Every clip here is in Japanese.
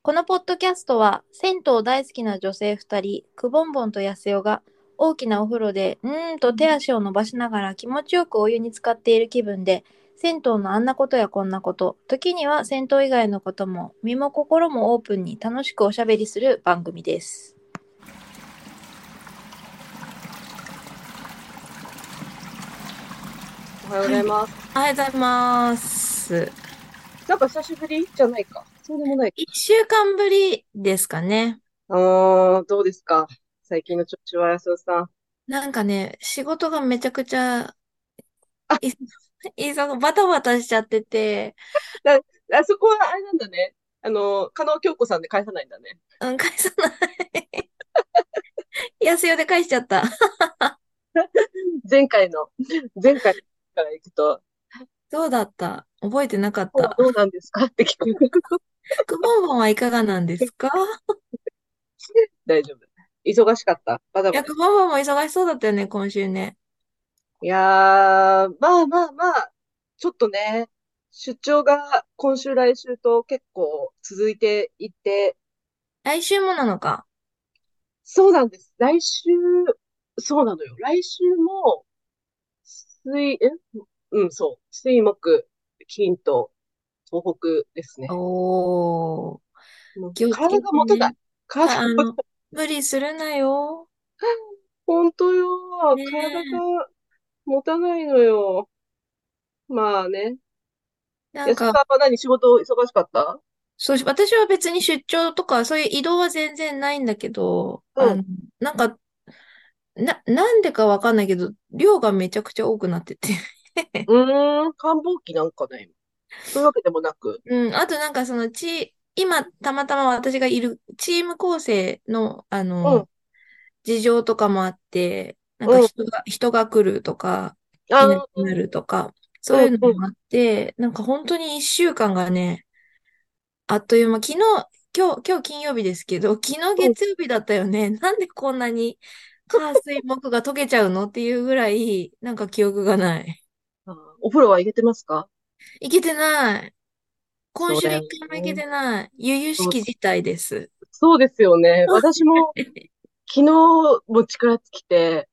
このポッドキャストは銭湯大好きな女性2人くぼんぼんとやすよが大きなお風呂でうーんと手足を伸ばしながら気持ちよくお湯に浸かっている気分で銭湯のあんなことやこんなこと時には銭湯以外のことも身も心もオープンに楽しくおしゃべりする番組です。おはようございます。おはようございます。なんか久しぶりじゃないか。そうでもないか。 1週間ぶりですかね。あー、どうですか最近の調子は安田さん。なんかね、仕事がめちゃくちゃ、い、 いさバタバタしちゃってて、あそこはあれなんだね。あの、加納京子さんで返さないんだね。うん、返さない。 安代で返しちゃった。前回の、前回から行くと、どうだった覚えてなかっ今日はた。どうなんですかって聞く。クボンボンはいかがなんですか 大丈夫。忙しかった。バタいバや、タ。クボンボンも忙しそうだったよね、今週ね。いやー、まあまあまあ、ちょっとね、出張が今週来週と結構続いていて、来週もなのか。そうなんです。来週、そうなのよ。来週も、水、えうん、そう。水、木、金と、東北ですね。おー。もう気をつけて体が持たない。ね体あがあの、無理するなよ。本当よ。ねえ体が持たないのよ。まあね。なん安か田、は何、仕事忙しかったそうし、私は別に出張とか、そういう移動は全然ないんだけど、うんあの、なんか、な、なんでかわかんないけど、量がめちゃくちゃ多くなってて。うーん、繁忙期なんかね。そういうわけでもなく。うん、あとなんかそのチ、今、たまたま私がいるチーム構成の、あうんの、事情とかもあって、なんかうん人が、人が来るとか、あいなーくなるとか、そういうのもあって、なんか本当に一週間がね、あっという間、昨日、今日、今日金曜日ですけど、昨日月曜日だったよね。なんでこんなに火水木が溶けちゃうのっていうぐらい、なんか記憶がない。あーお風呂は入れてますかいけてない。今そう週だよね一回もいけてない。悠々しき事態です。そうですよね。私も、昨日も力尽きて、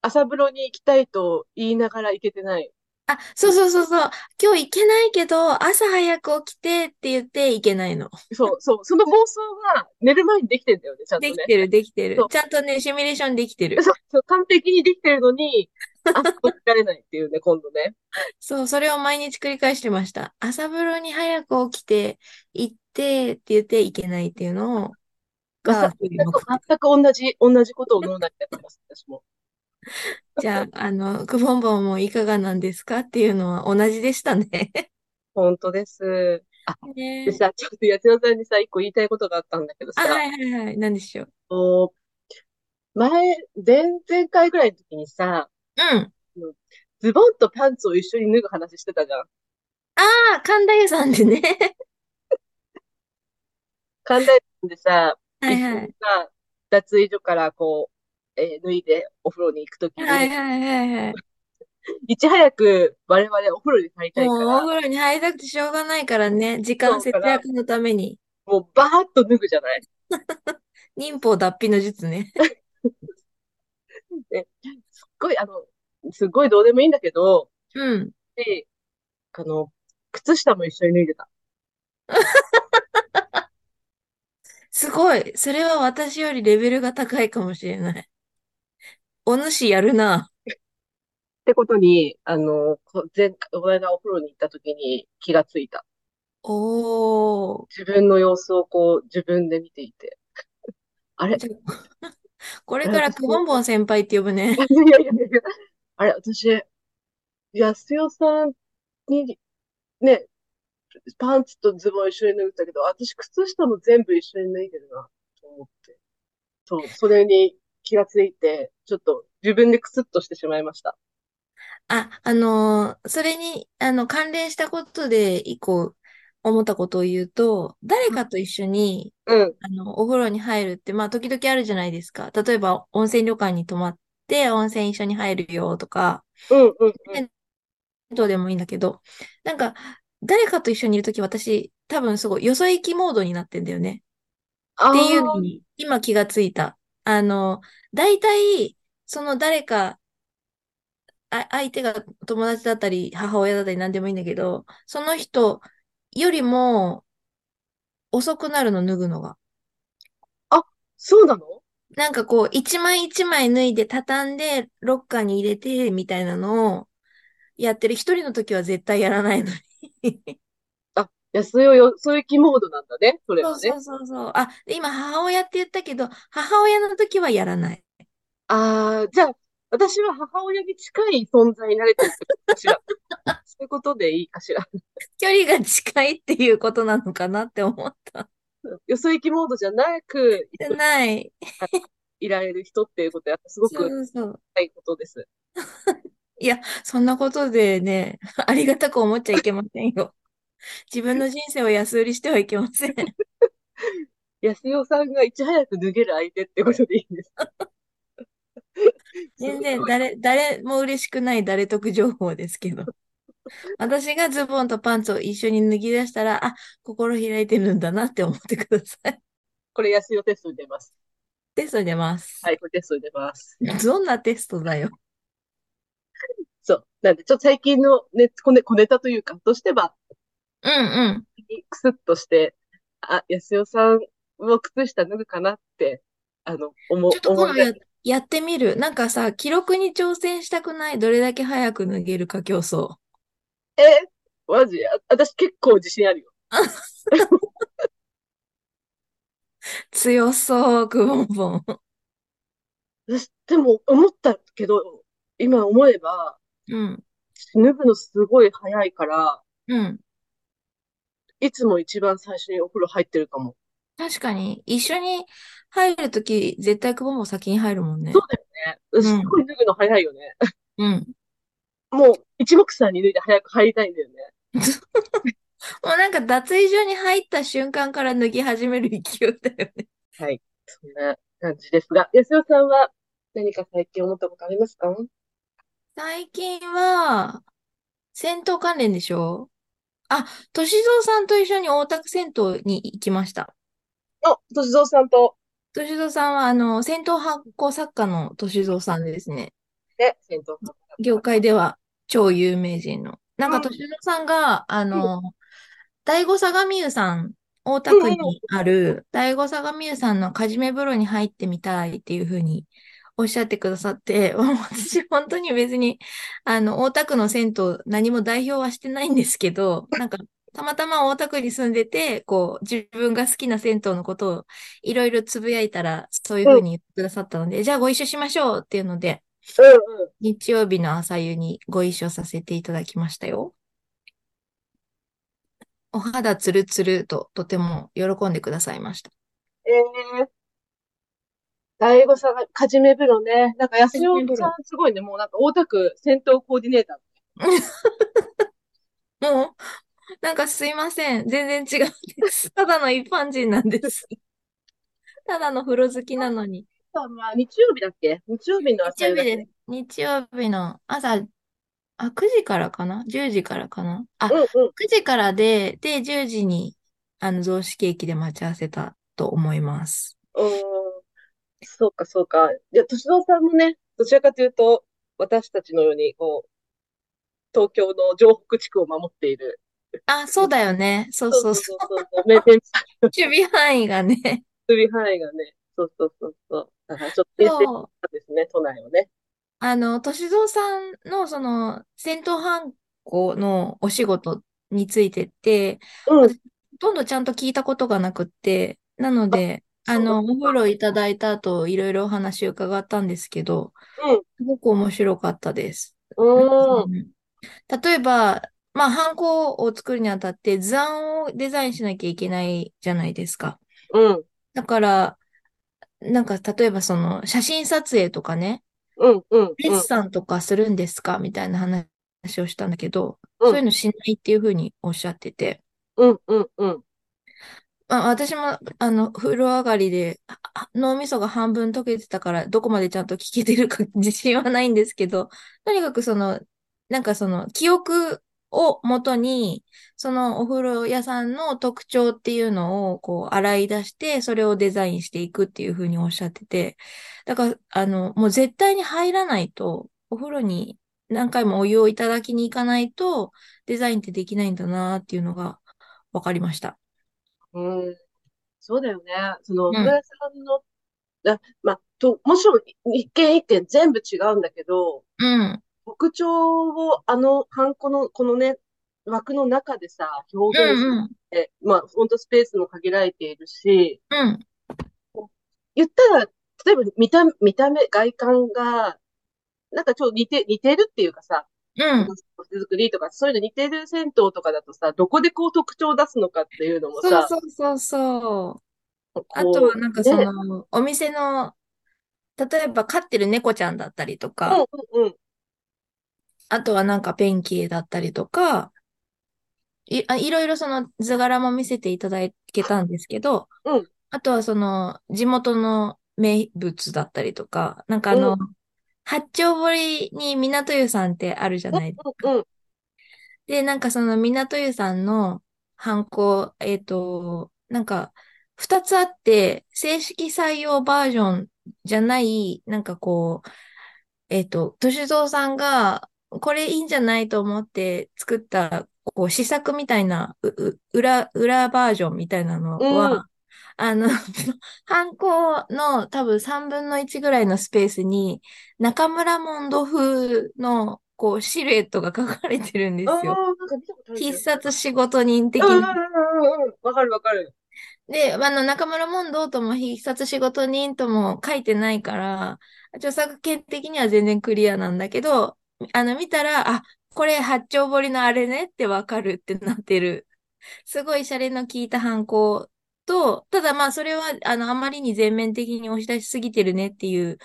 朝風呂に行きたいと言いながら行けてない。あ、そうそうそうそう。今日行けないけど、朝早く起きてって言って行けないの。そう、そう、その妄想が寝る前にできてんだよね、ちゃんとできね。てる、できてそるう。ちゃんとね、シミュレーションできてる。そう、そう完璧にできてるのに、朝起きられないっていうね、今度ね。そう、それを毎日繰り返してました。朝風呂に早く起きて、行ってって言っていけないっていうのを、がまさ、そういう全目く的全く同じ、同じことを脳内でやってます、私も。じゃあ、あの、くぼんぼんもいかがなんですかっていうのは同じでしたね。本当です。あ、ね でさ、ちょっと八千代さんにさ、一個言いたいことがあったんだけどあ、さは、いはいはい。なんでしょう。あの前、前々回ぐらいの時にさ、うん。ズボンとパンツを一緒に脱ぐ話してたじゃん。あ、神田屋さんでね。神田屋でさ、はい一緒はにい。さ、脱衣所からこう、えー脱いでお風呂に行くときに、はいはいはいはい。いち早く我々お風呂に入りたい かもうおら、風呂に入りたくてしょうがないからね。時間節約のために。もうバーッと脱ぐじゃない。忍法脱皮の術ね。すっごい、あの、すっごいどうでもいいんだけど、 うん。であの、靴下も一緒に脱いでた。すごい。それは私よりレベルが高いかもしれない。お主やるな。ってことに、あの、こ前回、この間お風呂に行ったときに気がついた。おー。自分の様子をこう、自分で見ていて。あれじゃあ これからくぼんぼん先輩って呼ぶね。いやいやいやいや、あれ、私、安代さんに、ね、パンツとズボン一緒に脱いだけど、私、靴下も全部一緒に脱いでるな、と思って。そう、それに気がついて、ちょっと自分でクスッとしてしまいました。あ、あのーそれに、あの、関連したことで一個思ったことを言うと、誰かと一緒に、うん、あの、お風呂に入るって、まあ、時々あるじゃないですか。例えば、温泉旅館に泊まって、温泉一緒に入るよとか、うん、うん、うん。どうでもいいんだけど、なんか、誰かと一緒にいるとき、私、多分すごい、よそ行きモードになってんだよね。あっていうのーに、今気がついた。あの、大体、その誰か、あ、相手が友達だったり、母親だったり何でもいいんだけど、その人よりも遅くなるの、脱ぐのが。そうなのなんかこう、一枚一枚脱いで、畳んで、ロッカーに入れて、みたいなのをやってる。一人の時は絶対やらないのに。あ、安代よ、そういう気モードなんだね、それそうはそね。うそうそう。あ、で今、母親って言ったけど、母親の時はやらない。ああ、じゃあ、私は母親に近い存在になれてるってことかしら。 そういうことでいいかしら。距離が近いっていうことなのかなって思 った。よそ行きモードじゃなくじゃない。いられる人っていうことは、すごそくうそう。高いことです。いや、そんなことでね、 ありがたく思っちゃいけませんよ。自分の人生を安売りしてはいけません。安代さんがいち早く脱げる相手ってことでいいんですね。す全ごい。然誰、誰も嬉しくない誰得情報ですけ ど。私がズボンとパンツを一緒に脱ぎ出したら、あ、心開いてるんだなって思ってください。 これ安代テストに出ます。テストに出まはす。い、これテストに出ます。どんなテストだよ。そう。なんで、ちょっと最近のね、小ネ、小ネタというか、としては、うんうん。クスッとして、あ、安代さんを靴下脱ぐかなって、あの、ちょ思、っと思今い度出や、やってみる。なんかさ、記録に挑戦したくない。どれだけ早く脱げるか競争。え、マジ、あ私結構自信あるよ。強そう、くぼんぼん。私、でも思ったけど、今思えば、うん、脱ぐのすごい早いから、うん。いつも一番最初にお風呂入ってるかも。確かに、一緒に入るとき、絶対くぼんぼん先に入るもんそね。うだよね。う私すん、ごい脱ぐの早いよね。 うん。もう、一目散に脱いで早く入りたいんだよね。もうなんか脱衣所に入った瞬間から脱ぎ始める勢いだよね。はい。そんな感じですが、安代さんは何か最近思ったことありますか 最近は、銭湯関連でしょあ、歳三さんと一緒に大田区銭湯に行きました。あ、歳三さんと、歳三さんは、あの、銭湯発行作家の歳三さんでですね、ね、銭湯さんだっ業界では超有名人の。なんた。うか、ん、歳三さんが、あうん、の、醍醐相模湯さん、大う田ん、区うん。にある醍醐相模湯さんのかじめ風呂に入ってみたいっていうふうにおっしゃってくださって、 もう私本当に別に、あの、大田区の銭湯何も代表はしてないんですけど、なんか、たまたま大田区に住んでて、こう、自分が好きな銭湯のことをいろいろつぶやいたら、そういううふん、うに言ってくださったので、じゃあご一緒しましょうっていうので、うん。日曜日の朝湯にご一緒させていただきましたよ。お肌ツルツルととても喜んでくださいました。えー、醍醐さんが、かじめ風呂ね。なんか安は代じめ風さん呂。すごいね、もうなんか大田区銭湯コーディネーター。もう、なんかすいません。全然違うんです。 ただの一般人なんです。 ただの風呂好きなのに。さんは日曜日だっけ日曜日の日朝曜湯日だっでけす。日曜日の朝、あ、9時からかな ?10 時からかなあ、うんうん。 9時からで、で、10時に、あの、雑色駅で待ち合わせたと思います。うーん、そうかそうか。いや、歳三さんもね、どちらかというと、私たちのように、こう、東京の城北地区を守っている。あ、そうだよね。そうそそううそうそそうう。そうそう、め、め、守備範囲がね。守備範囲がね、そうそうそうそう。だからちょっと遠征しそう。たんですね、都内をね。あの、歳三さんのその、銭湯飯校のお仕事についてって、うん。私、ほとんどちゃんと聞いたことがなくって、なのあ、で、あそうの、お風呂いただいた後、いろいろお話伺ったんですけど、だ。すごく面白かったです。うん。う。うんん例えば、まあ、ハンコを作るにあたって、図案をデザインしなきゃいけないじゃないですか。うん。だから、なんか、例えばその、写真撮影とかね、うん。うん。デッうん。サンとかするんですかみたいな話をしたんだけど、うそういうん。のしないっていうふうにおっしゃってて、うん。うん。うん。まあ、私も、あの、風呂上がりで、ああ脳みそが半分溶けてたから、どこまでちゃんと聞 けてるか自信はないんですけど、とにかくその、なんかその、記憶を元に、そのお風呂屋さんの特徴っていうのをこう洗い出して、それをデザインしていくっていうふうにおっしゃってて、だから、あの、もう絶対に入らないと、お風呂に何回もお湯をいただきに行かないと、デザインってできないんだなっていうのが分かりました。うん。そうだよね。その、おう風呂ん。屋さんの、あ、まあ、と、もちろん、一軒一軒全部違うんだけど、うん。特徴をあの、ハンコの、このね、枠の中でさ、う表現するんうん。って、まあ、ほんとスペースも限られているし、うん。言ったら、例えば見た、見た目、外観が、なんかちょっと似て、似てるっていうかさ、うおん。手作りとか、そういうの似てる銭湯とかだとさ、どこでこう特徴を出すのかっていうのもそうさ、そうそうそう。あとはこなんかう、そね、の、お店の、例えば飼ってる猫ちゃんだったりとうか、んうんうん。あとはなんかペンキ絵だったりとか、い、あ、いろいろその図柄も見せていただけたんですけど、うん、あとはその地元の名物だったりとか、なんかあうん、の、八丁堀に港湯さんってあるじゃうん、ないですうか。ん、うん。で、なんかその港湯さんのハンコ、えっと、なんか二つあって、正式採用バージョンじゃない、なんかこう、えっと、歳三さんが、これいいんじゃないと思って作った、こう、試作みたいな、う、う、裏、裏バージョンみたいなのうん、は、あの、 ハンコの多分3分の1ぐらいのスペースに、中村モンド風の、こう、シルエットが書かれてるんであすよ。あ、なんか見たことある気必がする。殺仕事人うん的うんな。うんうんうん。わかるわかる。で、あの、中村問答とも必殺仕事人とも書いてないから、著作権的には全然クリアなんだけど、あの、見たら、あ、これ八丁堀のあれねってわかるってなってる。すごいシャレの効いた犯行と、ただまあ、それは、あの、あまりに全面的に押し出しすぎてるねっていう、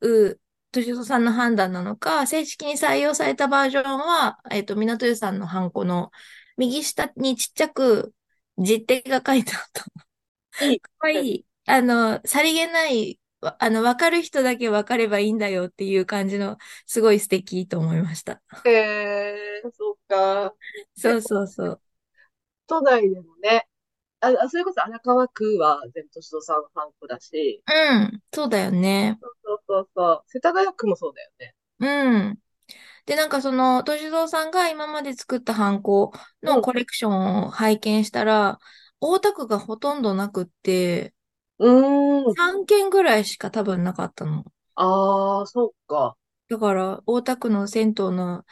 う、敏夫さんの判断なのか、正式に採用されたバージョンは、えっと、港湯さんのハンコの右下にちっちゃく実定が書いてあった。いい。可愛い、あの、さりげない、わあの、わかる人だけわかればいいんだよっていう感じの、すごい素敵と思いました。へえ、そうか。そ結う構、そうそう。都内でもね、あ、あそれこそ荒川区は全部敏夫さんのハンコだし、うん、そうだよね。そうそうそうそう、世田谷区もそうだよね。うん。で、なんかその、敏郎さんが今まで作ったハンコうのん、コレクションを拝見したら、大田区がほとんどなくって、うーん、 3件ぐらいしか多分なかったの。ああ、そうか。だから、大田区の銭湯の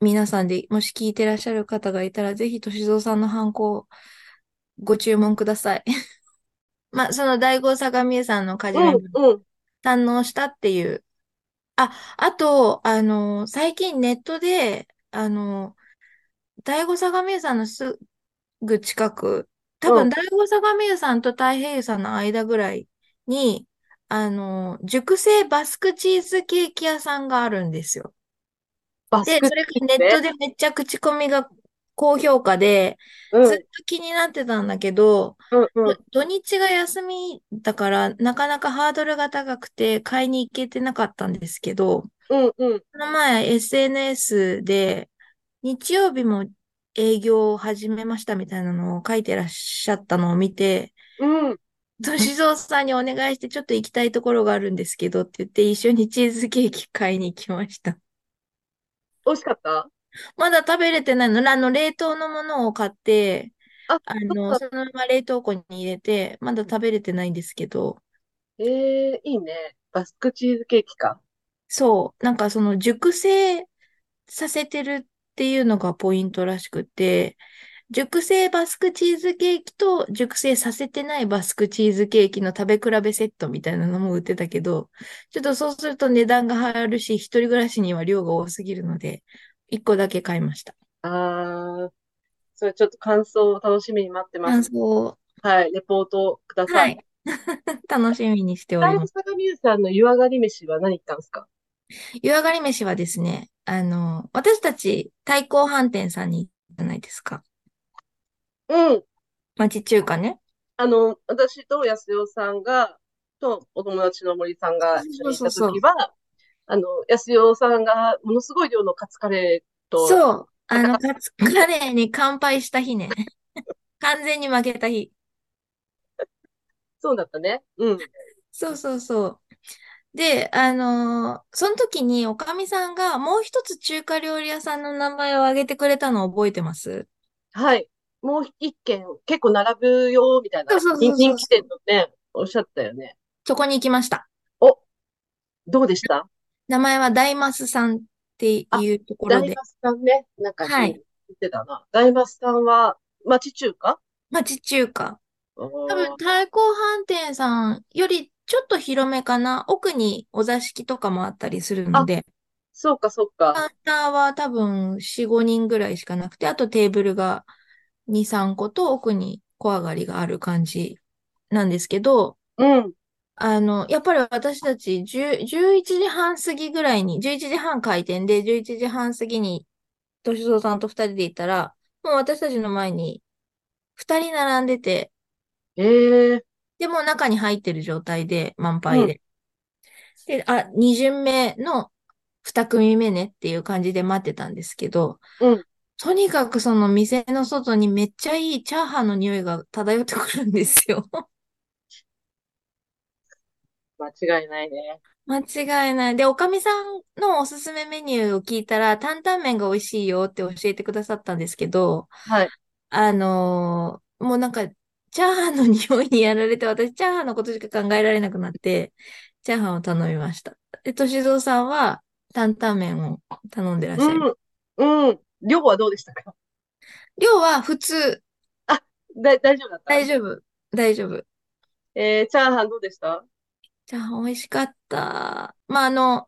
皆さんで、もし聞いてらっしゃる方がいたら、ぜひ敏郎さんのハンコをご注文ください。 まあ、その大醐相模湯さんのかうじめん、もうん、堪能したっていう。あ、あと、あの、最近ネットで、あの、醍醐相模湯さんのすぐ近く、多う分ん。醍醐相模湯さんと太平湯さんの間ぐらいに、あの、熟成バスクチーズケーキ屋さんがあるんですよ。バスで、クそれがチーネズットね。でめっちゃ口コミが高評価で、うずっん、と気になってたんだけど、うん、うん。土日が休みだから、なかなかハードルが高くて買いに行けてなかったんですけど、うんうん。この前 SNS で日曜日も営業を始めましたみたいなのを書いてらっしゃったのを見て、うん。歳三さんにお願いしてちょっと行きたいところがあるんですけどって言って一緒にチーズケーキ買いに行きました。 美味しかったまだ食べれてないの、あの冷凍のものを買って、あ、あそっの、か。そのまま冷凍庫に入れて、まだ食べれてないんですけど、ええいいね。バスクチーズケーキか。そう、なんかその熟成させてるっていうのがポイントらしくて、熟成バスクチーズケーキと熟成させてないバスクチーズケーキの食べ比べセットみたいなのも売ってたけど、ちょっとそうすると値段が張るし、一人暮らしには量が多すぎるので、一個だけ買いました。ああ、それちょっと感想を楽しみに待ってま感す。想を、はい、レポートをくださ。はい い。楽しみにしてお大り和ます。相模湯さんの湯上がり飯は何行ったんですか湯上がり飯はですね、あの、私たち対抗飯店さんに行ったじゃないですか。うん。町中華ね。あの、私と安代さんが、とお友達の森さんが一そう緒に行っそうたそ時う。は、あの、安代さんがものすごい量のカツカレーと、そう。あの、カツカレーに乾杯した日ね。 完全に負けた日。そうだったね。うん。そうそうそう。で、あのーその時におかみさんがもう一つ中華料理屋さんの名前を挙げてくれたのを覚えてますはい。もう一軒、結構並ぶよ、みたいな。そうそうそうそう人気店のね、おっしゃったよね。そこに行きました。どうでした名前は大マスさんっていうところダでイ。マスさんね。なんか、はい言ってたな。ダイマスさんは、町中華町中華。多多分、太閤飯店さんよりちょっと広めかな。奥にお座敷とかもあったりするので、そうか、そうカウか。ンターは多分4、5人ぐらいしかなくて、あとテーブルが2、3個と奥に小上がりがある感じなんですけど、うん。あの、やっぱり私たち10、11時半過ぎぐらいに、11時半開店で、11時半過ぎに、敏蔵さんと2人で行ったら、もう私たちの前に2人並んでて、ええで、もう中に入ってる状態で、満杯で。で、あ、2巡目の2組目ねっていう感じで待ってたんですけど、うんとにかくその店の外にめっちゃいいチャーハンの匂いが漂ってくるんですよ。 間違いないね。間違いない。で、おかみさんのおすすめメニューを聞いたら、担々麺が美味しいよって教えてくださったんですけど、はい。あのーもうなんか、チャーハンの匂いにやられて、私、チャーハンのことしか考えられなくなって、チャーハンを頼みました。で、としぞうさんは、担々麺を頼んでらっしゃる。うん。うん。量はどうでしたか 量は普通、だ、大丈夫だった大丈夫、大丈夫。えー、チャーハンどうでしたチャーハン美味しかった。まあ、あの、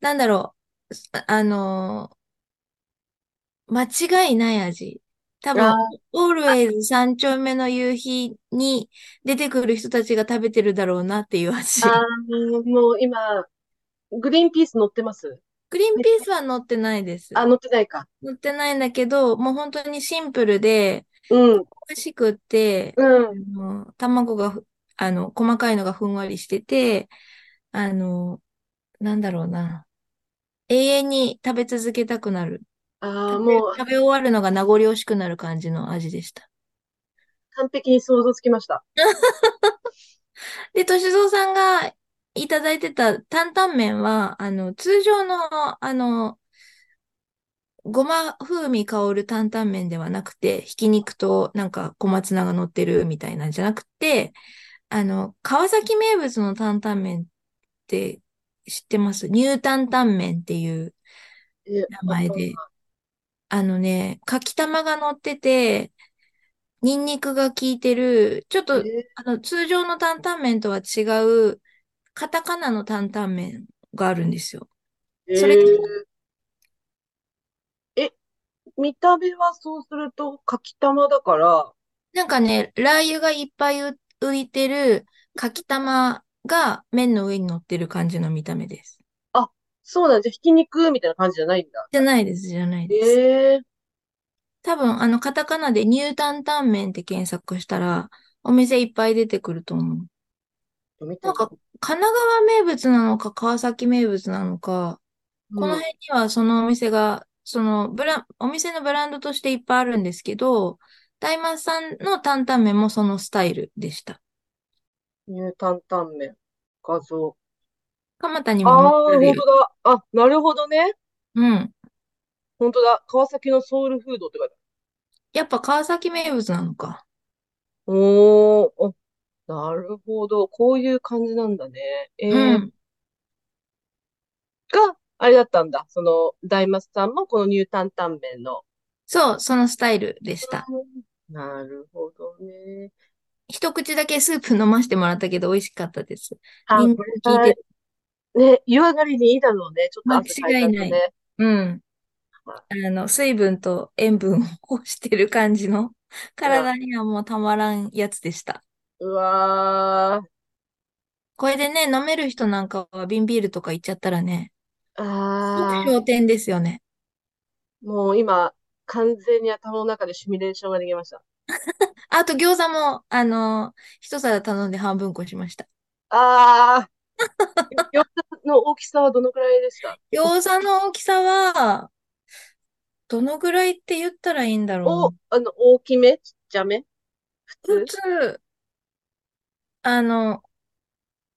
なんだろう、ああのー間違いない味。多分あ、オールウェイズ三丁目の夕日に出てくる人たちが食べてるだろうなっていう味。あー、もう今、グリーンピース乗ってますグリーンピースは乗ってないです。あ、乗ってないか。乗ってないんだけど、もう本当にシンプルで、うん。美味しくって、うん。あの卵がふ、あの、細かいのがふんわりしてて、あの、なんだろうな。永遠に食べ続けたくなる。ああ、食べもう食べ終わるのが名残惜しくなる感じの味でした。完璧に想像つきました。で、としぞうさんがいただいてた担々麺は、あの、通常の、あの、ごま風味香る担々麺ではなくて、ひき肉となんか小松菜が乗ってるみたいなんじゃなくて、あの、川崎名物の担々麺って知ってますニュータンタンメンっていうえ、名前で。あのね、かきたまが乗ってて、ニンニクが効いてる、ちょっえとあの、通常の担々麺とは違う、カタカナの担々麺があるんですよ。ーそれえーえ、見た目はそうすると、かきたまだから、なんかね、ラー油がいっぱいう浮いてる、かきたまが麺の上に乗ってる感じの見た目です。そうなんじゃ、ひき肉みたいな感じじゃないんだ。じゃないです、じゃないです。ええ多分、あの、カタカナでニュータンタンメンって検索したら、お店いっぱい出てくると思う。見てなんか、神奈川名物なのか、川崎名物なのか、このうん辺にはそのお店が、そのブラン、お店のブランドとしていっぱいあるんですけど、大丸さんの担々麺もそのスタイルでした。牛担々麺、画像。蒲田にあもあ、載ってる本よ。当だ。あ、なるほどね。うん。本当だ。川崎のソウルフードって書いてある。やっぱ川崎名物なのか。おー、お、なるほど。こういう感じなんだね。えうえん。が、あれだったんだ。その、大松さんもこのニュータンタンメンの。そう、そのスタイルでした。なるほどね。一口だけスープ飲ませてもらったけど美味しかったです。あ、ニンニこれク効いはて、ね、湯上がりにいいだろうね。ちょっと汗かいた後間違いなね。うん。あの、水分と塩分を欲してる感じ の、体にはもうたまらんやつでした。うわー。これでね、飲める人なんかは瓶ビールとか行っちゃったらね、すごくあー。昇天ですよね。もう今、完全に頭の中でシミュレーションができました。あと餃子も、あのー一皿頼んで半分こしました。あー。餃子の大きさはどのくらいでした餃子の大きさは、どのぐらいって言ったらいいんだろおう。、あの、大きめ、ちっちゃめ、普普通。通、あの、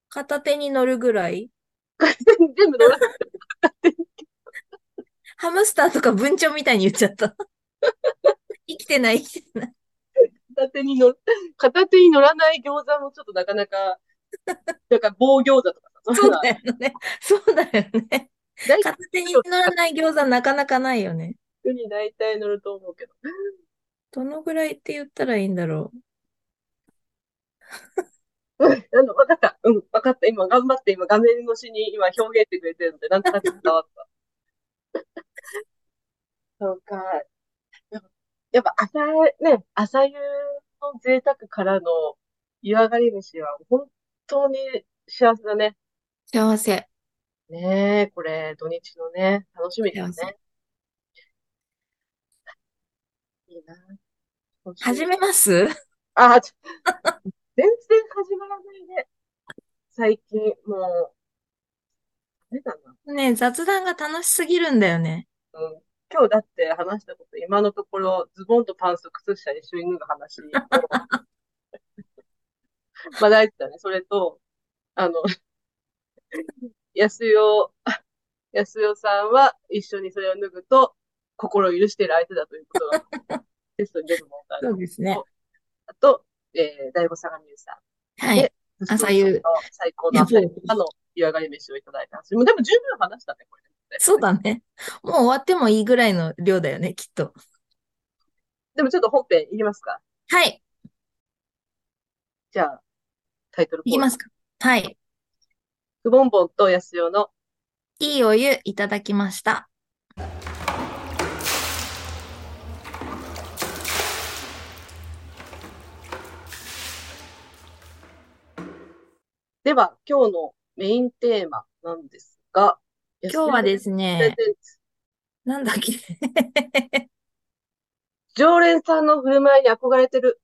片手に乗るぐらい。全部乗らない。ハムスターとか文鳥みたいに言っちゃ った。生きてない、生きてない。片手に乗る、片手に乗らない餃子もちょっとなかなか、なんか棒餃子とかさ、そうだだよ ね。そうだよ ね。大片手に乗らない餃子なかなかないよね。体に大体乗ると思うけど。どのぐらいって言ったらいいんだろう。うんあの、わかった。うん、わかった。今、頑張って、今、画面越しに今、表現してくれてるので、なんとなく伝わった。 そうか。でもやっぱ、朝、ね、朝夕の贅沢からの湯上がり飯は、本当に幸せだね。幸せ。ねえ、これ、土日のね、楽しみだよ幸ね。いいな。楽しみ始めますあ、ちょ 全然始まらないね。最近、もう、あれだな。ねえ、雑談が楽しすぎるんだよね。うん今日だって話したこと、今のところ、ズボンとパンツと靴下に一緒に脱ぐ話と、 まあ大事だね。それと、あの、安代、安代さんは一緒にそれを脱ぐと、心を許している相手だということが、テストに出る問題そうですね。だと、えー、大悟さんがみゆさはい。ん。朝夕最高の朝夕の湯上がり飯をいただいた話。もうでも十分話したね、これ。そうだね。もう終わってもいいぐらいの量だよね、きっと。でもちょっと本編いきますか。はい。じゃあ、タイトルコーいきルますか。はい。くぼんぼんとやすよの、いいお湯いただきました。では、今日のメインテーマなんですが、今日はですすプレね、ゼンツなんだっけ。 常連さんの振る舞いに憧れてる。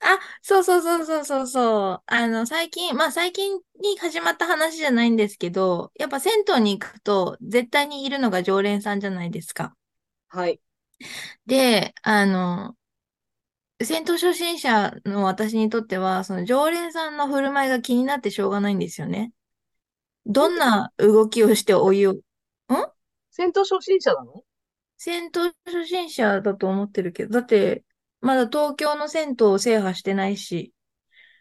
あ、そうそうそうそうそうそう。あの、最近、まあ最近に始まった話じゃないんですけど、やっぱ銭湯に行くと絶対にいるのが常連さんじゃないですか。はい。で、あの、銭湯初心者の私にとっては、その常連さんの振る舞いが気になってしょうがないんですよね。どんな動きをしてお湯を、ん戦闘初心者なの銭湯初心者だと思ってるけど、だって、まだ東京の銭湯を制覇してないし、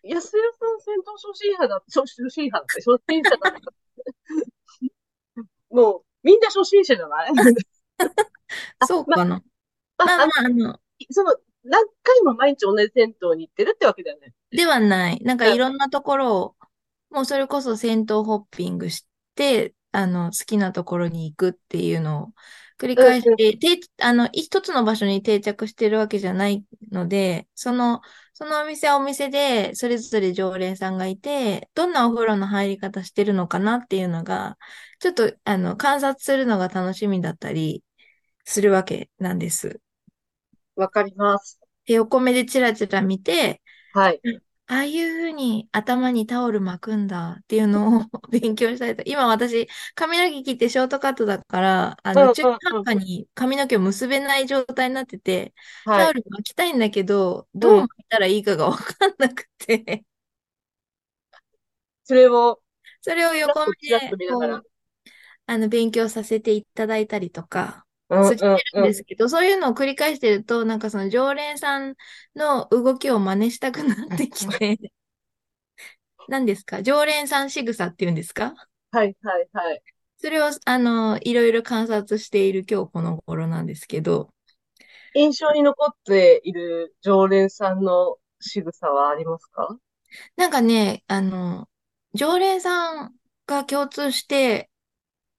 安代さん戦闘初心者だって、初初心者だって、初心者 だって。もう、みんな初心者じゃないそうかな。ままああ、あまのあ、あの、その、何回も毎日同じ銭湯に行ってるってわけだよね。ではない。なんかうんいろんなところを、もうそれこそ銭湯ホッピングして、あの、好きなところに行くっていうのを繰り返して、定あの、一つの場所に定着してるわけじゃないので、その、そのお店はお店で、それぞれ常連さんがいて、どんなお風呂の入り方してるのかなっていうのが、ちょっと、あの、観察するのが楽しみだったりするわけなんです。わかります。で、横目でチラチラ見て、はい。ああいうふうに頭にタオル巻くんだっていうのを 勉強したいと。今私、髪の毛切ってショートカットだから、あうんうんの、うん中途半端に髪の毛を結べない状態になってて、タはオい。ル巻きたいんだけど、どう巻いたらいいかがわかんなくて、 それを、それをちらっ横と目ちらっでと見なこがらう、。あの、勉強させていただいたりとか、うんするうんうん。ですけど、そういうのを繰り返してると、なんかその常連さんの動きを真似したくなってきて、 何ですか常連さん仕草っていうんですかはいはいはい。それを、あの、いろいろ観察している今日この頃なんですけど、印象に残っている常連さんの仕草はありますかなんかね、あの、常連さんが共通して、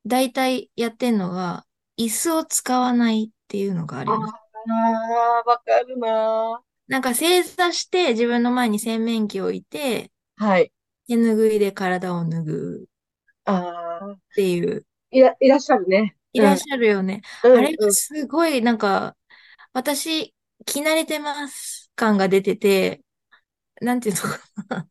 大体やってんのが、椅子を使わないっていうのがありあます。あ、わかるななんか正座して自分の前に洗面器を置いて、ー。はい。手拭いで体を拭うああ、っていう、いら、いらっしゃるね。いらっしゃるよね。うん、あれうん、がすごい、なんか、私、着慣れてます感が出てて、なんていうのかな。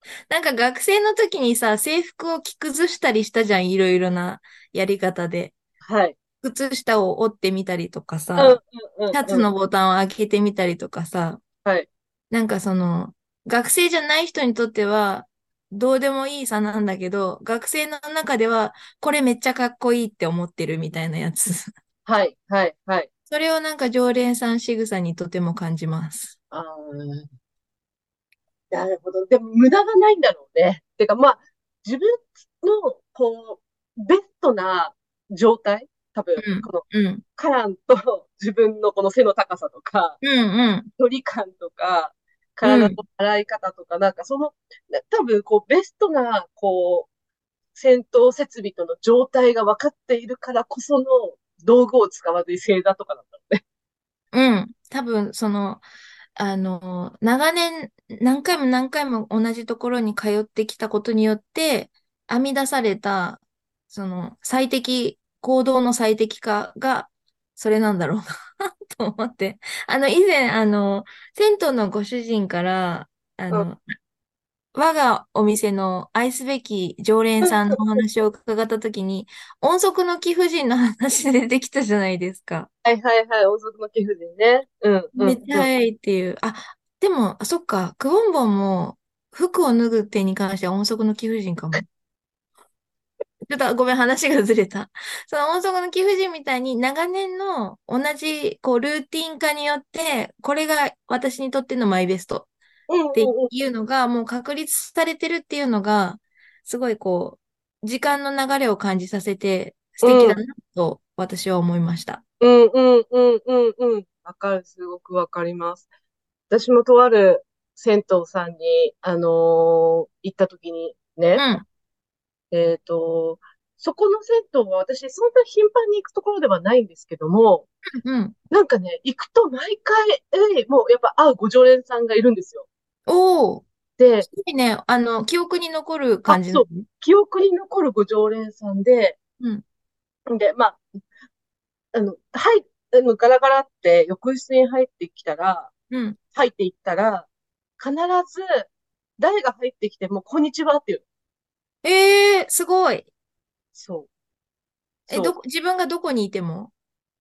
なんか学生の時にさ、制服を着崩したりしたじゃん、いろいろなやり方で。はい。靴下を折ってみたりとかうさ、んうんうん。シャツのボタンを開けてみたりとかさ、はい。なんかその、学生じゃない人にとっては、どうでもいい差なんだけど、学生の中では、これめっちゃかっこいいって思ってるみたいなやつ。はい、はい、はい。それをなんか常連さん仕草にとても感じます。ああ、なるほど。でも、無駄がないんだろうね。てか、まあ、自分の、こう、ベストな状態、多分、うんこの、うん。カランと自分のこの背の高さとか、うん距離感とか、体の洗い方とか、なんかその、な多分、こう、ベストな、こう、戦闘設備との状態が分かっているからこその、道具を使わずに正座とかなんだろうね。うん。うん。多分、その、あの、長年、何回も何回も同じところに通ってきたことによって、編み出された、その、最適、行動の最適化が、それなんだろうな と思って。あの、以前、あの、銭湯のご主人から、あうの、我がお店の愛すべき常連さんのお話を伺ったときに、音速の貴婦人の話出てきたじゃないですか。はいはいはい、王族の貴婦人ね。うんうんめっちゃうん。早いっていう。あ、でも、あそっか、クボンボンも服を脱ぐ点に関しては音速の貴婦人か も。ちょっとごめん、話がずれた。その音速の貴婦人みたいに長年の同じこうルーティン化によって、これが私にとってのマイベストうんってうんうん。いうのがもう確立されてるっていうのが、すごいこう、時間の流れを感じさせて素敵だなと私は思いました。うんうんうんうんうん。わかる、すごくわかります。私もとある銭湯さんに、あのー行った時にうね、ん、えっと、そこの銭湯は私そんな頻繁に行くところではないんですけども、うん。なんかね、行くと毎回、えーもうやっぱ会うご常連さんがいるんですよ。おー。で、いいね、あの、記憶に残るあ、感じだそう、ね。記憶に残るご常連さんで、うん、で、まあ、あの、はい、あの、ガラガラって浴室に入ってきたら、うん。入っていったら、必ず、誰が入ってきても、こんにちはっていう。ええすごい。そう。え、そどう。こ、自分がどこにいても。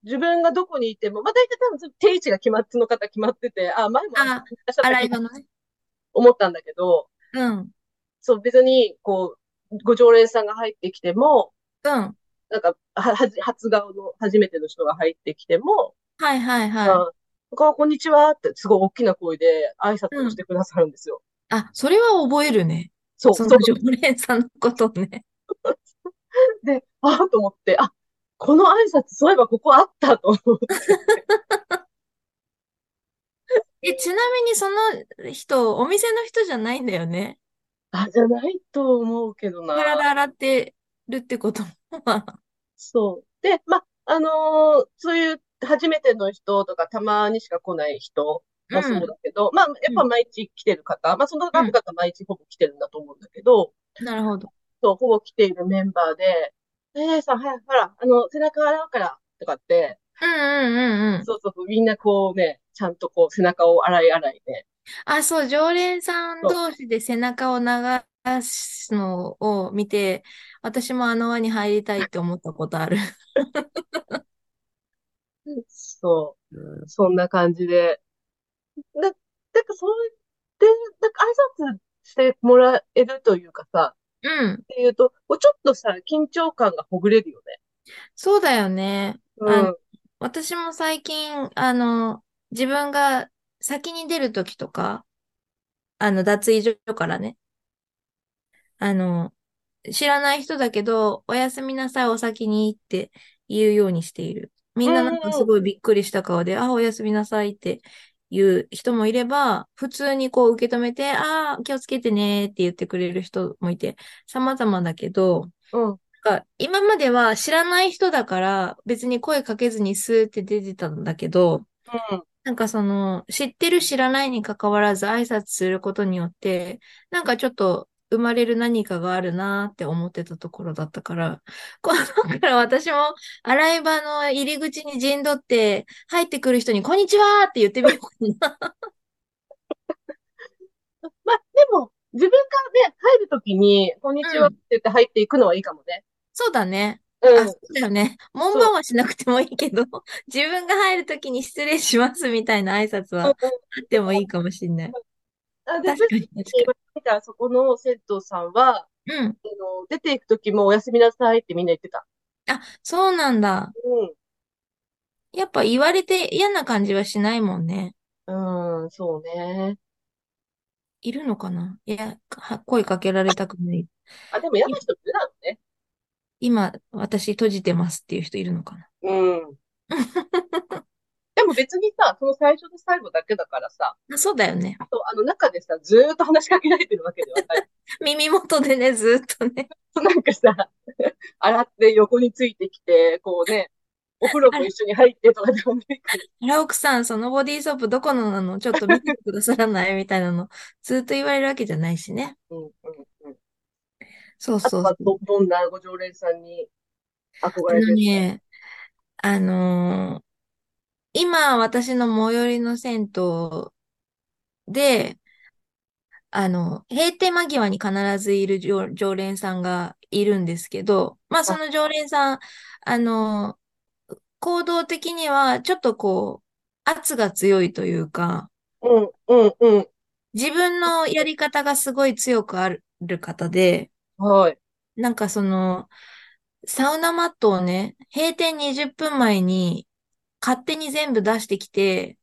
自分がどこにいても、まあ、大体多分、定位置が決まって、その方決まってて、あ、前もああ、そこにいらっしゃった洗気いが場のね。思ったんだけど、うん、そう、別に、こう、ご常連さんが入ってきても、うん。なんか、は、はじ、初顔の初めての人が入ってきても、はいはいはい。あ、ここんにちはって、すごい大きな声で挨拶うをしん。てくださるんですよ。あ、それは覚えるね。そう、そのそう。常連さんのことね。で、ああと思って、あ、この挨拶、そういえばここあったと思って。え、ちなみにその人、お店の人じゃないんだよね。あ、じゃないと思うけどな。体洗ってるってことは。そう。で、ま、あのーそういう初めての人とか、たまにしか来ない人う、もそうんだけど、まあ、やっうぱん、毎日来てる方、まあ、そのう方ん。々毎日ほぼ来てるんだと思うんだけど、なるほど。そう、ほぼ来ているメンバーで、えー、さん、はい、ほら、あの、背中洗うから、とかって、うんうんうんうん。そうそうそう、みんなこうね、ちゃんとこう、背中を洗い洗いね。あ、そう、常連さんそう同士で背中を流すのを見て、私もあの輪に入りたいって思ったことある。そう。そんな感じで。な、なんかそう言って、なんか挨拶してもらえるというかさ、うん、っていうと、こうちょっとさ、緊張感がほぐれるよね。そうだよね。うあの、ん、私も最近、あの、自分が先に出るときとか、あの、脱衣所からね、あの、知らない人だけど、おやすみなさい、お先にって言うようにしている。みうんななんかん、うすん、ごいびっくりした顔で、あ、おやすみなさいって言う人もいれば、普通にこう受け止めて、あー、気をつけてねって言ってくれる人もいて、様々だけど、うん、なんか今までは知らない人だから別に声かけずにスーって出てたんだけど、うんなんかその、知ってる知らないに関わらず挨拶することによって、なんかちょっと生まれる何かがあるなーって思ってたところだったから、 このから私も洗い場の入り口に陣取って、入ってくる人にこんにちはーって言ってみようかな。 まあ、でも、自分からね、入るときに、こんにうちはっん。て言って入っていくのはいいかもね。そうだね。あ、うそん。うだよね。門番はしなくてもいいけど、自分が入るときに失礼しますみたいな挨拶うんうはんあってもいいかもしれない。 あ、で、確確かに、かに確今見たそこの銭湯さんは、かに。うん。あの、出ていくときもおやすみなさいってみんな言ってた。あ、そうなんだ。うんやっぱ言われて嫌な感じはしないもんね。うん、そうね。いるのかないや、は声かけられたくない。あ、でも嫌いな人ってなのね。今、私閉じてますっていう人いるのかなうん。でも別にさ、その最初と最後だけだからさ、あそうだよね。そうあの中でさ、ずーっと話しかけられてるわけではない。 耳元でね、ずっとね。そうなんかさ、洗って横についてきて、こうね、お風呂あもら、一緒に入ってとかでもないから。あら奥さん、そのボディーソープどこのなのちょっと見ててくださらないみたいなの、ずっと言われるわけじゃないしね。 うんうんうん。そうあとそうそはう。ど、どんなご常連さんに憧あれのてるね、あのー今、私の最寄りの銭湯で、あの、閉店間際に必ずいる常、常連さんがいるんですけど、まあそのの常連さん、あの、行動的にはちょっとこう、圧が強いというか、あ、うんうんうん。自分のやり方がすごい強くある方で、はい。なんかその、サウナマットをね、閉店20分前に勝手に全部出してきて、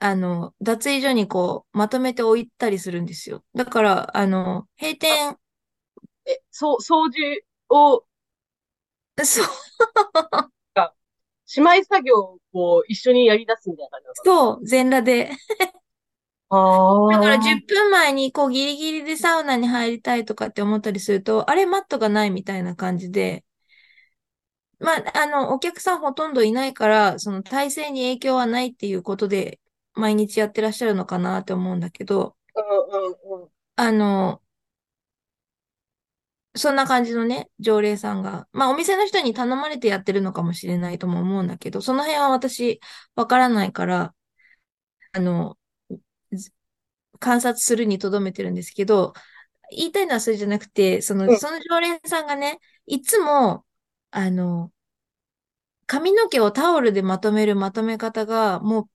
あの、脱衣所にこう、まとめて置いたりするんですよ。だから、あの、閉あ、店、え、そう、掃除を、そう、が、姉妹作業を一緒にやり出すみたいな感じなのかな。そう、全裸で。だからあ10あ、分前にこうギリギリでサウナに入りたいとかって思ったりすると、あれ、マットがないみたいな感じで、まあ、あの、お客さんほとんどいないから、その体制に影響はないっていうことで、毎日やってらっしゃるのかなって思うんだけど、うんうんうん。あの、そんな感じのね、常連さんが。まあ、お店の人に頼まれてやってるのかもしれないとも思うんだけど、その辺は私、わからないから、あの、ず観察するにとどめてるんですけど、言いたいのはそれじゃなくて、その、うんその常連さんがね、いつも、あの、髪の毛をタオルでまとめるまとめ方が、もう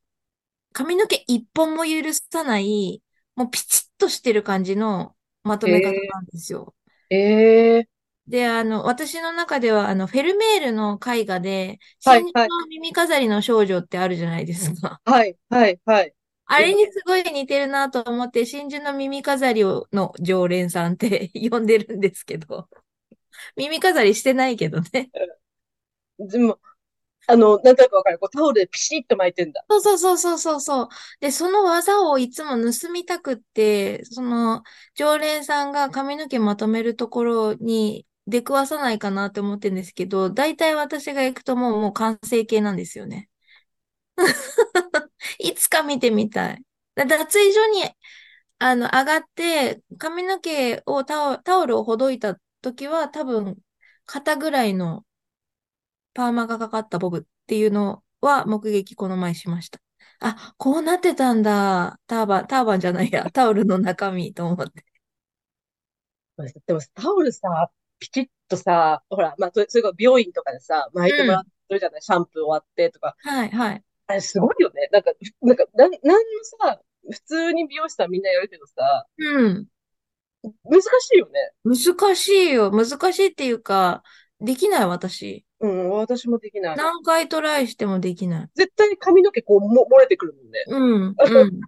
髪の毛一本も許さない、もうピチッとしてる感じのまとめ方えなんですよ。ー、えー、で、あの、私の中では、あの、フェルメールの絵画で、は真い珠はい、の耳飾りの少女ってあるじゃないですか。はいはいはい。あえれにすごい似てるなと思って、真珠の耳飾りをの常連さんって 呼んでるんですけど、耳飾りしてないけどね。でも、あの、なんとなくわかる。こうタオルでピシッと巻いてんだ。そうそうそうそうそうそう。で、その技をいつも盗みたくって、その常連さんが髪の毛まとめるところに出くわさないかなって思ってるんですけど、大体私が行くともう、もう完成形なんですよね。 いつか見てみたい。だ脱衣所にあの上がって髪の毛をタオ、タオルをほどいた時は多分肩ぐらいのパーマがかかったボブっていうのは目撃この前しました。あ、こうなってたんだ。ターバン、ターバンじゃない や、タオルの中身と思って。でもタオルさ、ピチッとさ、ほら、まあ、それ、それが美容院とかでさ、巻いてうもらん。ってるじゃない、シャンプー終わってとか。はい、はい。あれすごいよね。なんか、なんか、なん、なんのさ、普通に美容師さんみんなやるけどさ、うん。難しいよね。難しいよ。難しいっていうか、できない私。うん、私もできない。何回トライしてもできない。絶対髪の毛こう、も、漏れてくるもんね。うん、うん。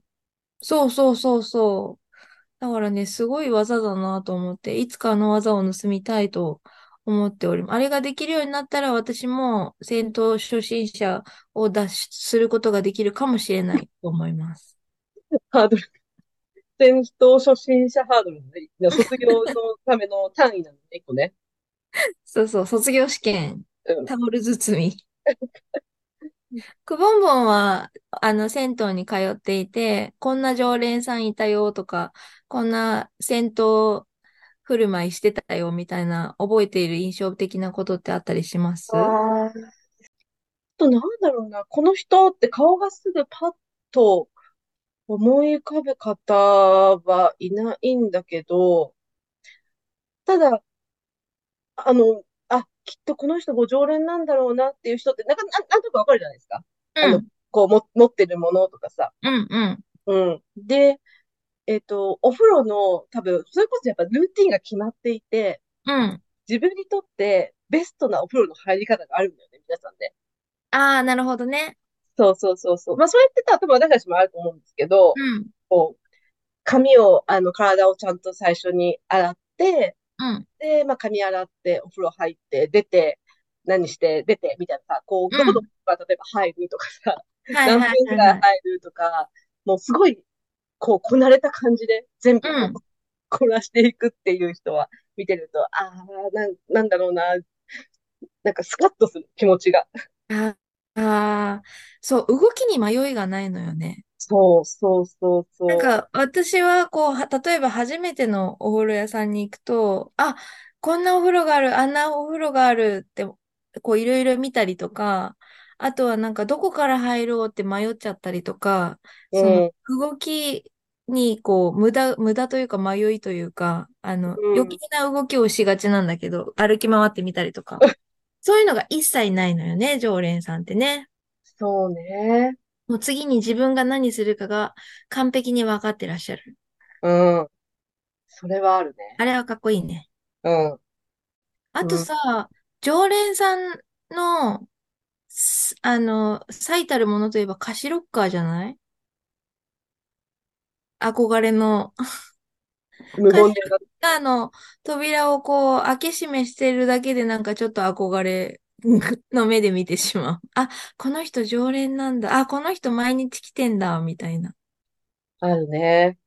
そうそうそうそう。だからね、すごい技だなと思って、いつかあの技を盗みたいと思っております。あれができるようになったら、私も戦闘初心者を脱出することができるかもしれないと思います。ハードル。 戦闘初心者ハードルのね、卒業のための単位なのね、一個ね。そうそう、卒業試験、うん。タオル包み。くぼんぼんは、あの、銭湯に通っていて、こんな常連さんいたよとか、こんな銭湯振る舞いしてたよみたいな、覚えている印象的なことってあったりしますああ。あとなんだろうな、この人って顔がすぐパッと思い浮かぶ方はいないんだけど、ただ、あの、あ、きっとこの人ご常連なんだろうなっていう人って、なんか、なんなんとかわかるじゃないですか。あのこうも、持ってるものとかさ。うんうん。うん。で、えっと、お風呂の、多分、それこそやっぱルーティンが決まっていて、うん。自分にとってベストなお風呂の入り方があるんだよね、皆さんね。ああ、なるほどね。そうそうそうそう。まあ、そうやってた多分私たちもあると思うんですけど、うん。こう、髪を、あの、体をちゃんと最初に洗って、うん。で、まあ、髪洗って、お風呂入って、出て、何して、出て、みたいなさ、こう、うんどこどこが例えば入るとかさ、はいはい何はい分ぐらい入るとか、もうすごい、こう、こなれた感じで、全部うんこうこなしていくっていう人は、見てると、ああ、なん、なんだろうな、なんかスカッとする気持ちが。はい。ああ、そう、動きに迷いがないのよね。そうそうそうそう。なんか、私は、こう、は例えば初めてのお風呂屋さんに行くと、あ、こんなお風呂がある、あんなお風呂があるって、こう、いろいろ見たりとか、あとはなんか、どこから入ろうって迷っちゃったりとか、その、うん動きに、こう、無駄、無駄というか、迷いというか、あの、うん余計な動きをしがちなんだけど、歩き回ってみたり とか、そういうのが一切ないのよね、常連さんってね。そうね。もう次に自分が何するかが完璧に分かってらっしゃる。うん。それはあるね。あれはかっこいいね。うん。あとさ、常連さんの、すあの、最たるものといえば歌詞ロッカーじゃない憧れの。 無言で上がる。あの、扉をこう、開け閉めしてるだけでなんかちょっと憧れ の目で見てしまう。あ、この人常連なんだ。あ、この人毎日来てんだ、みたいな。あるね。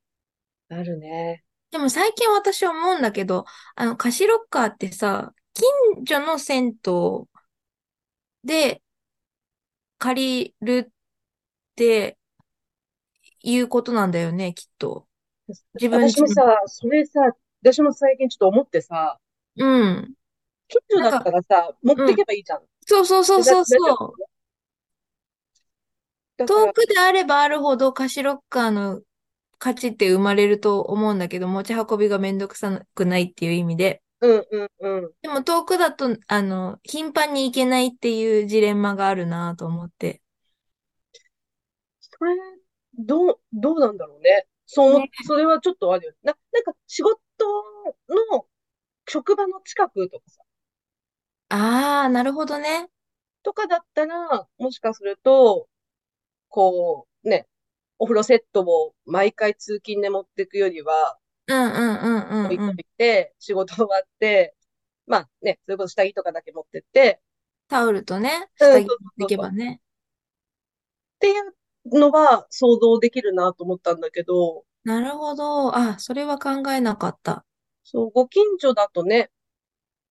あるね。でも最近私思うんだけど、あの、貸しロッカーってさ、近所の銭湯で借りるっていうことなんだよね、きっと。自分私ちもさ、それさ、私も最近ちょっと思ってさ、うん。近所だったらさ、持ってけばいいじゃん。そうそうそうそうだそう。だから遠くであればあるほど貸しロッカーの価値って生まれると思うんだけど、持ち運びがめんどくさくないっていう意味で。うんうんうん。でも遠くだと、あの、頻繁に行けないっていうジレンマがあるなと思って。それ、どう、どうなんだろうね。そう、ねそれはちょっとあるよ。な、なんか仕事の職場の近くとかさ、ああ、なるほどね。とかだったら、もしかすると、こう、ね、お風呂セットを毎回通勤で持っていくよりは、うんうんうんう置いんうとん。いて、仕事終わって、まあね、それこそ下着とかだけ持ってって、タオルとね、うん下着持っそうそうていけばね。っていうのは想像できるなと思ったんだけど、なるほど。あ、それは考えなかった。そう、ご近所だとね、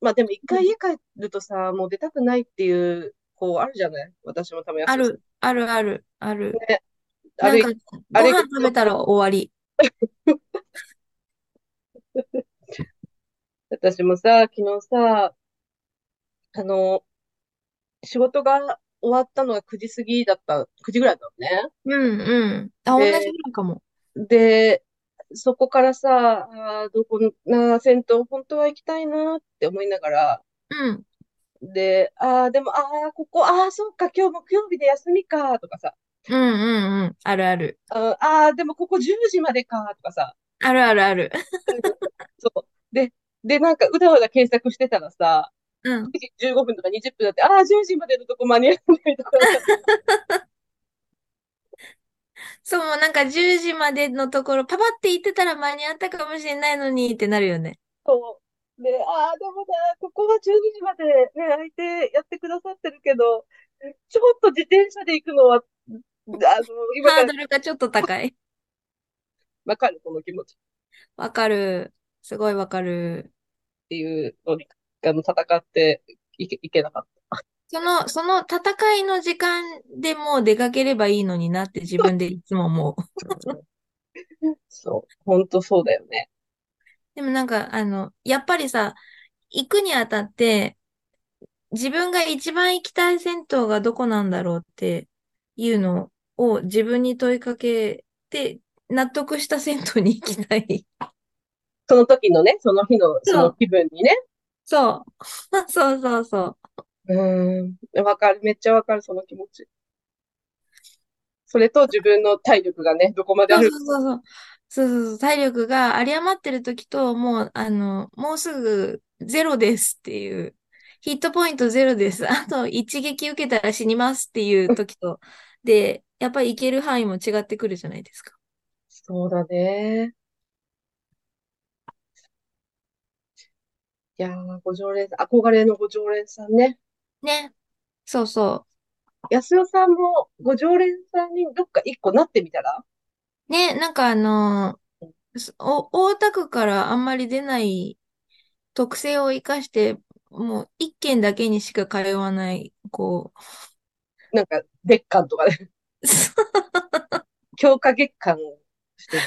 まあでも一回家帰るとさ、もう出たくないっていう、こう、あるじゃない私もたまにある、あるある、ある。ね。あなんれ、か、あごれ飯食べたら終わり。私もさ、昨日さ、あの、仕事が終わったのが9時過ぎだった、9時ぐらいだったのうね。んうん。あ、同じでぐらいかも。で、そこからさ、あーどこな、銭湯本当は行きたいなって思いながら、うん。で、ああ、でも、ああ、ここ、ああ、そっか、今日木曜日で休みか、とかさ、うんうんうん。あるある。ああー、でもここ10時までか、とかさ、あるあるある。そう。で、で、なんか、うだうだ検索してたらさ、うん。 9時15分とか20分だって、ああ、10時までのとこ間に合わないとか、そう、もうなんか10時までのところ、パパって言ってたら間に合ったかもしれないのにってなるよ ね。そう。で、ああ、でもな、ここは12時までね、空いてやってくださってるけど、ちょっと自転車で行くのは、あの、今かハーらドルがちょっと高い。わかる、この気持ちっわかる。すごいわかる。ていうのに、あの、戦っていけ、いけなかっその、その戦いの時間でもう出かければいいのになって自分でいつも思う。た。そう。本当そうだよね。でもなんか、あの、やっぱりさ、行くにあたって、自分が一番行きたい銭湯がどこなんだろうっていうのを自分に問いかけて、納得した銭湯に行きたい。その時のね、その日の、そそのう気分にね。そう。 そうそうそう。うん。わかる。めっちゃわかる、その気持ち。それと自分の体力がね、どこまであそうる。そうそうそう。そうそうそう。体力が有り余ってる時と、もう、あの、もうすぐゼロですっていう。ヒットポイントゼロです。あと一撃受けたら死にますっていう時と、で、やっぱり行ける範囲も違ってくるじゃないですか。そうだね。いやー、ご常連さん、憧れのご常連さんね。ね。そうそ安代さんもご常連さんにどっか一個なってみたらう。ね、なんかあの、すお、大田区からあんまり出ない特性を生かして、もう一軒だけにしか通わない、こなんか、月間とかね。う。 強化月間をしてる。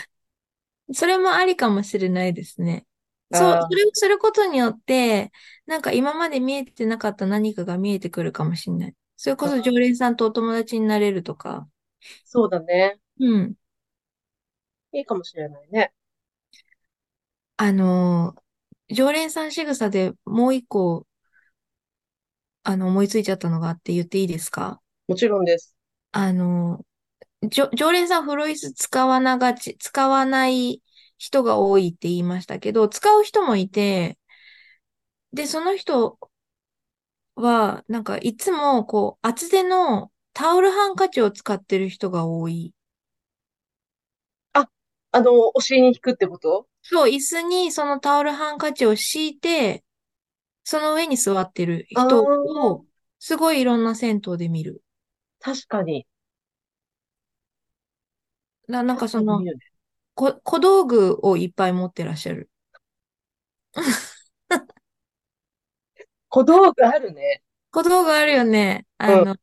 それもありかもしれないですね。そう、あそれをすることによって、なんか今まで見えてなかった何かが見えてくるかもしれない。それこーそあ常ー、連さんとお友達になれるとか。そうだね。うん。いいかもしれないね。あのー常連さん仕草でもう一個、あの、思いついちゃったのがあって言っていいですかもちろんです。あのーじょ常連さんフロイス使わながち、使わない人が多いって言いましたけど、使う人もいて、で、その人は、なんかいつもこう、厚手のタオルハンカチを使ってる人が多い。あ、あの、お尻に引くってことそう、椅子にそのタオルハンカチを敷いて、その上に座ってるああ人ー、を、すごいいろんな銭湯で見る。確かに。な、なんか確そかに見の、るね。こ、小道具をいっぱい持ってらっしゃる。小道具あるね。小道具あるよね。うあん。の、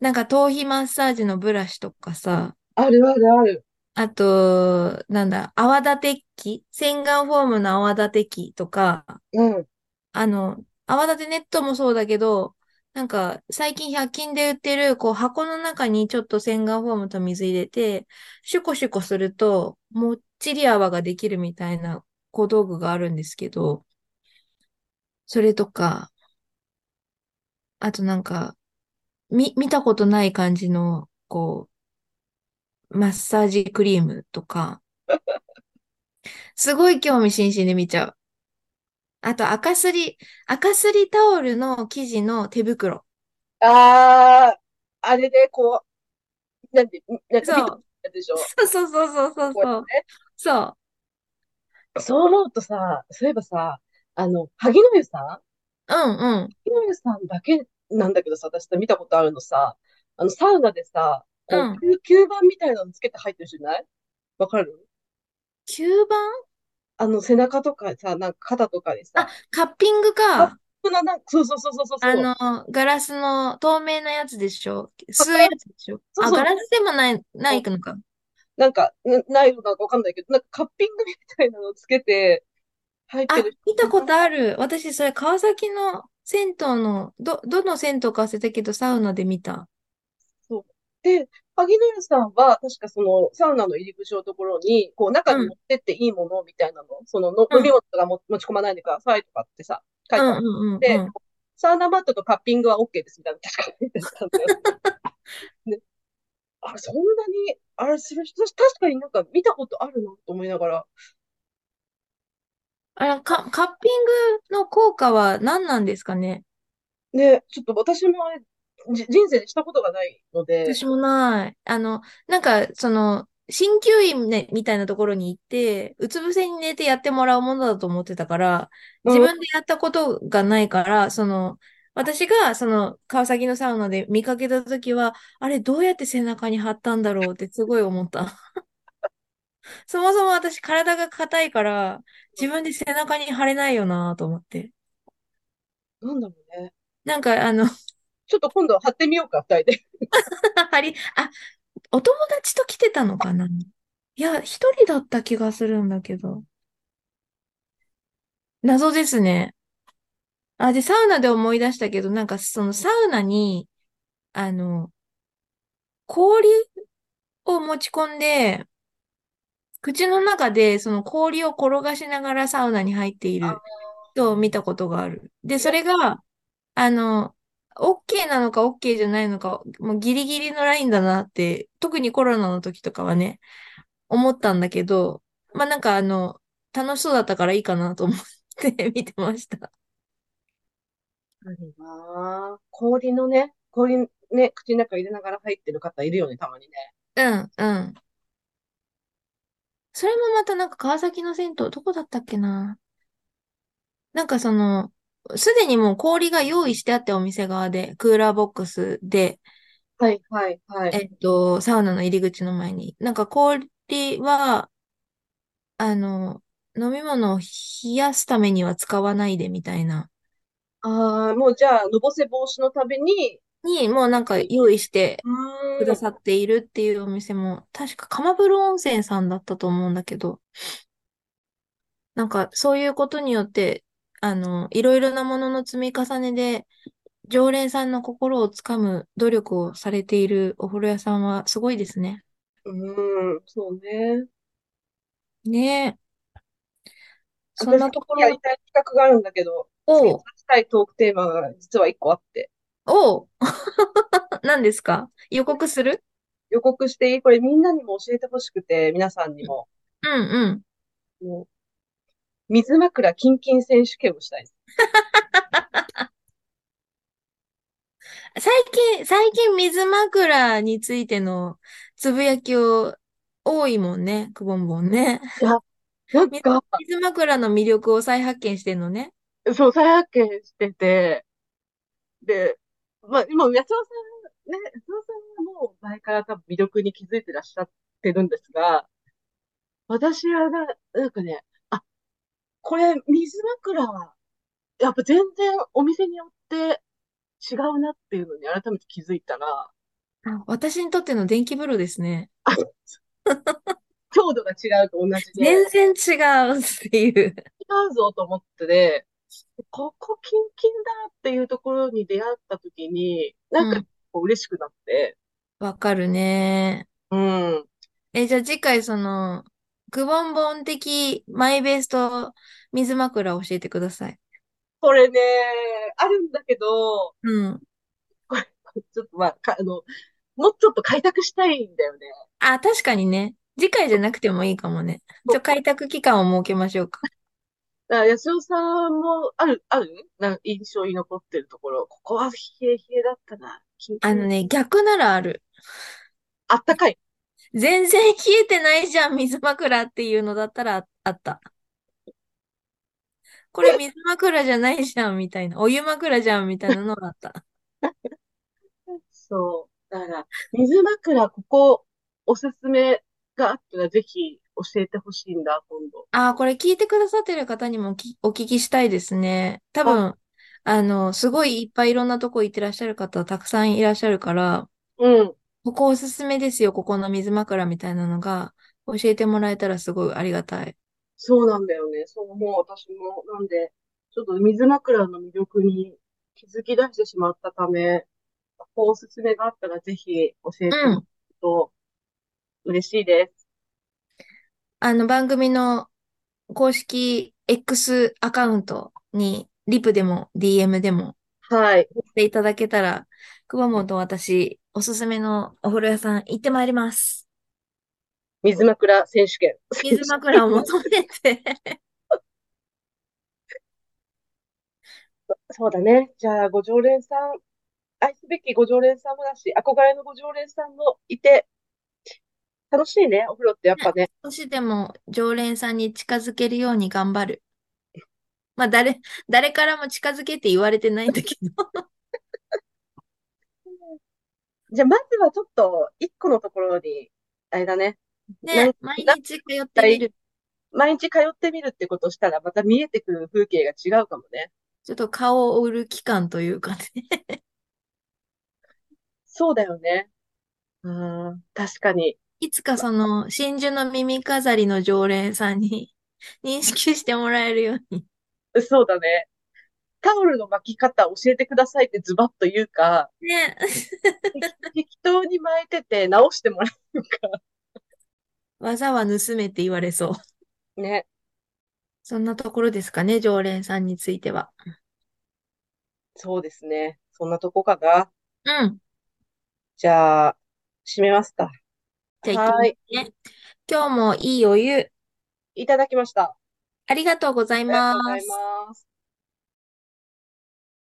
なんか頭皮マッサージのブラシとかさ、あるあるある。あと、なんだ、泡立て器、洗顔フォームの泡立て器とか、うん。あの、泡立てネットもそうだけど、なんか、最近100均で売ってる、こう、箱の中にちょっと洗顔フォームと水入れて、シュコシュコすると、もっちり泡ができるみたいな小道具があるんですけど、それとか、あとなんか、み、見たことない感じの、こう、マッサージクリームとか、すごい興味津々で見ちゃう。あと、赤すり、赤すりタオルの生地の手袋。ああ、あれで、こう、なんて、なんかビタそッう。てでしょそうそうそうそうそうこうやそっう。てね。そう。そう思うとさ、そういえばさ、あの、萩野湯さんうんうん。萩野湯さんだけなんだけどさ、私さ、見たことあるのさ、あの、サウナでさ、うこう、ん。吸吸盤みたいなのつけて入ってる人いないわかる吸盤あの、背中とかさ、なんか肩とかにあ、さ、カッピングあ、か。こんな、なんか、そうそうそうそうそうあそう、の、ガラスの透明なやつでしょわ吸かうやるつでしょそうあ、そう、ガラスでもない、なうんいのか。なんか、なないのかわかんないけど、なんかカッピングみたいなのつけて入ってあ、る見人たいこない。とある。私、それ川崎の銭湯の、ど、どの銭湯か忘れたけど、サウナで見た。そう。で、萩野湯さんは、確かその、サウナの入り口のところに、こう、中うにん、持ってっていいものみたいなの、そのの、う飲みん、物がも持ち込まないでくださいとかってさ、書ういてあっん、うん、うん。て、うん。サウナマットとカッピングは OK ですみたいな、確か書いてあったんだよ。 ね、あ、そんなに、あれする人、確かになんか見たことあるなと思いながら、あれ、カ、カッピングの効果は何なんですかねね、ちょっと私もあれじ人生でしたことがないので、私もない。あの、なんか、その、鍼灸院ね、みたいなところに行って、うつ伏せに寝てやってもらうものだと思ってたから、う自ん、分でやったことがないから、その、私が、その、川崎のサウナで見かけたときは、あれ、どうやって背中に貼ったんだろうってすごい思った。 そもそも私、体が硬いから、自分で背中に貼れないよなと思って。なんだろうね。なんか、あのちょっと今度貼ってみようか、二人で。貼り、あ、お友達と来てたのかないや、一人だった気がするんだけど。謎ですね。あ、で、サウナで思い出したけど、なんかそのサウナに、あの、氷を持ち込んで、口の中でその氷を転がしながらサウナに入っていある人を見たことがある。で、それが、あの、OK なのか OK じゃないのか、もうギリギリのラインだなって、特にコロナの時とかはね、思ったんだけど、まあなんかあの、楽しそうだったからいいかなと思って見て ました。あるなぁ氷のね、氷ね、口の中入れながら入ってる方いるよね、たまにね。うん、うん。それもまたなんか川崎の銭湯、どこだったっけななんかその、すでにもう氷が用意してあってお店側で、クーラーボックスで、はい、はい、はい。えっと、サウナの入り口の前に。なんか氷は、あの、飲み物を冷やすためには使わないでみたいな。ああ、もうじゃあ、のぼせ防止のために、に、もうなんか用意してうくーだん。さっているっていうお店も、確か鎌風呂温泉さんだったと思うんだけど、なんかそういうことによって、あの、いろいろなものの積み重ねで、常連さんの心をつかむ努力をされているお風呂屋さんはすごいですね。うーん、そうね。ねえ。そんな私、今とこ夜やりろたい企画があるんだけど、次を、出したいトークテーマが実は一個あって、を、 何ですか予告する予告していいこれみんなにも教えてほしくて、皆さんにも。うんうん。もう、水枕キンキン選手権をしたいです。最近、最近水枕についてのつぶやきを多いもんね、くぼんぼんね。いや、なんみか、水枕の魅力を再発見してんのね。そう、再発見してて、で、まあ、今、八千代さん、ね、八千代さんはもう前から多分魅力に気づいてらっしゃってるんですが、私はな、なんかね、あ、これ、水枕は、やっぱ全然お店によって違うなっていうのに改めて気づいたら、あ私にとっての電気風呂ですね。あ、強度が違うと同じで、全然違うっていう。違うぞと思ってで、ここキンキンだっていうところに出会った時に、うなんかん、こう嬉しくなって、わかるね。うん。え、じゃあ次回その、くぼんぼん的マイベスト水枕を教えてください。これね、あるんだけど、うん。これ、ちょっとまあ、か、あの、もうちょっと開拓したいんだよね。あ、確かにね。次回じゃなくてもいいかもね。ちょ、開拓期間を設けましょう か。だから、安尾さんも、ある、あるなん印象に残ってるところ。ここは冷え冷えだったな。キンあキン。のね、逆ならある。あったかい。全然冷えてないじゃん、水枕っていうのだったらああった。これ水枕じゃないじゃん、みたいな。お湯枕じゃん、みたいなのがあった。そう。だから、水枕、ここ、おすすめがあったら、ぜひ教えてほしいんだ、今度。ああ、これ聞いてくださってる方にもきお聞きしたいですね。多あ、分、あの、すごいいっぱいいろんなとこ行ってらっしゃる方たくさんいらっしゃるから、うん。ここおすすめですよ、ここの水枕みたいなのが、教えてもらえたらすごいありがたい。そうなんだよね。そう思う、私も。なんで、ちょっと水枕の魅力に気づき出してしまったため、ここおすすめがあったら、ぜひ教えてうもらん。うと嬉しいです。あの、番組の公式 X アカウントに、リプでも DM でもはい。送っていただけたら、くまモンと私、おすすめのお風呂屋さん行ってまいります。水枕選手権。水枕を求めて そうだね。じゃあ、ご常連さん、愛すべきご常連さんもだし、憧れのご常連さんもいて、楽しいね。お風呂ってやっぱね。少しでも常連さんに近づけるように頑張る。まあ、誰、誰からも近づけって言われてないんだけど。じゃあ、まずはちょっと、一個のところに、あれだね。ね、 何、毎何日通ってみ回、る。毎日通ってみるってことしたら、また見えてくる風景が違うかもね。ちょっと顔を売る期間というかね。 そうだよね。うん、確かに。いつかその真珠の耳飾りの常連さんに 認識してもらえるように。そうだね。タオルの巻き方教えてくださいってズバッと言うか、ね。 適適当に巻いてて直してもらうのか。技は盗めって言われそう。ね。そんなところですかね、常連さんについては。そうですね。そんなとこかな。うん。じゃあ、締めますか。じゃあ行きますはい。ね。今日もいいお湯、いただきました。ありがとうございありがとうござまいす。ます。